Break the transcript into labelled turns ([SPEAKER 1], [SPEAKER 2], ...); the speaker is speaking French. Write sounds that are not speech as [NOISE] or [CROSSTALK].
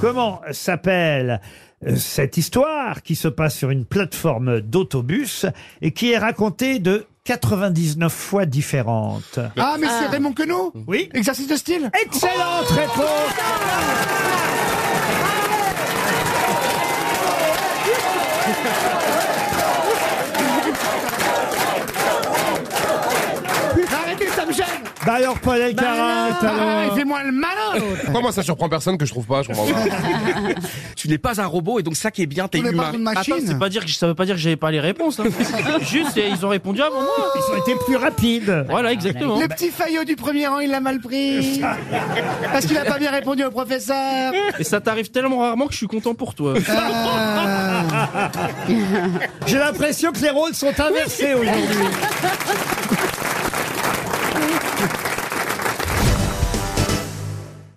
[SPEAKER 1] Comment s'appelle euh, cette histoire qui se passe sur une plateforme d'autobus et qui est racontée de 99 fois différentes
[SPEAKER 2] Ah, mais c'est Raymond Queneau
[SPEAKER 1] Oui.
[SPEAKER 2] Exercice de style
[SPEAKER 1] Excellente réponse
[SPEAKER 2] Arrêtez, ça me gêne
[SPEAKER 1] Bah alors, Paul Elkarat, alors.
[SPEAKER 2] Ah, Il Fais-moi le malin
[SPEAKER 3] Pourquoi moi ça surprend personne que je trouve pas, je comprends pas.
[SPEAKER 2] [LAUGHS]
[SPEAKER 4] Tu n'es pas un robot et donc ça qui est bien, t'es
[SPEAKER 2] On n'est
[SPEAKER 4] humain.
[SPEAKER 2] pas une machine
[SPEAKER 5] Attends, c'est pas dire que ça veut pas dire que j'avais pas les réponses. hein. Juste, eh, ils ont répondu avant moi.
[SPEAKER 1] Ils ont été plus rapides
[SPEAKER 5] Voilà, exactement.
[SPEAKER 2] Le petit faillot du premier rang, il l'a mal [LAUGHS] pris Parce qu'il a pas bien répondu au professeur
[SPEAKER 5] Et ça t'arrive tellement rarement que je suis content pour toi.
[SPEAKER 2] Euh,
[SPEAKER 1] J'ai l'impression que les rôles sont inversés aujourd'hui.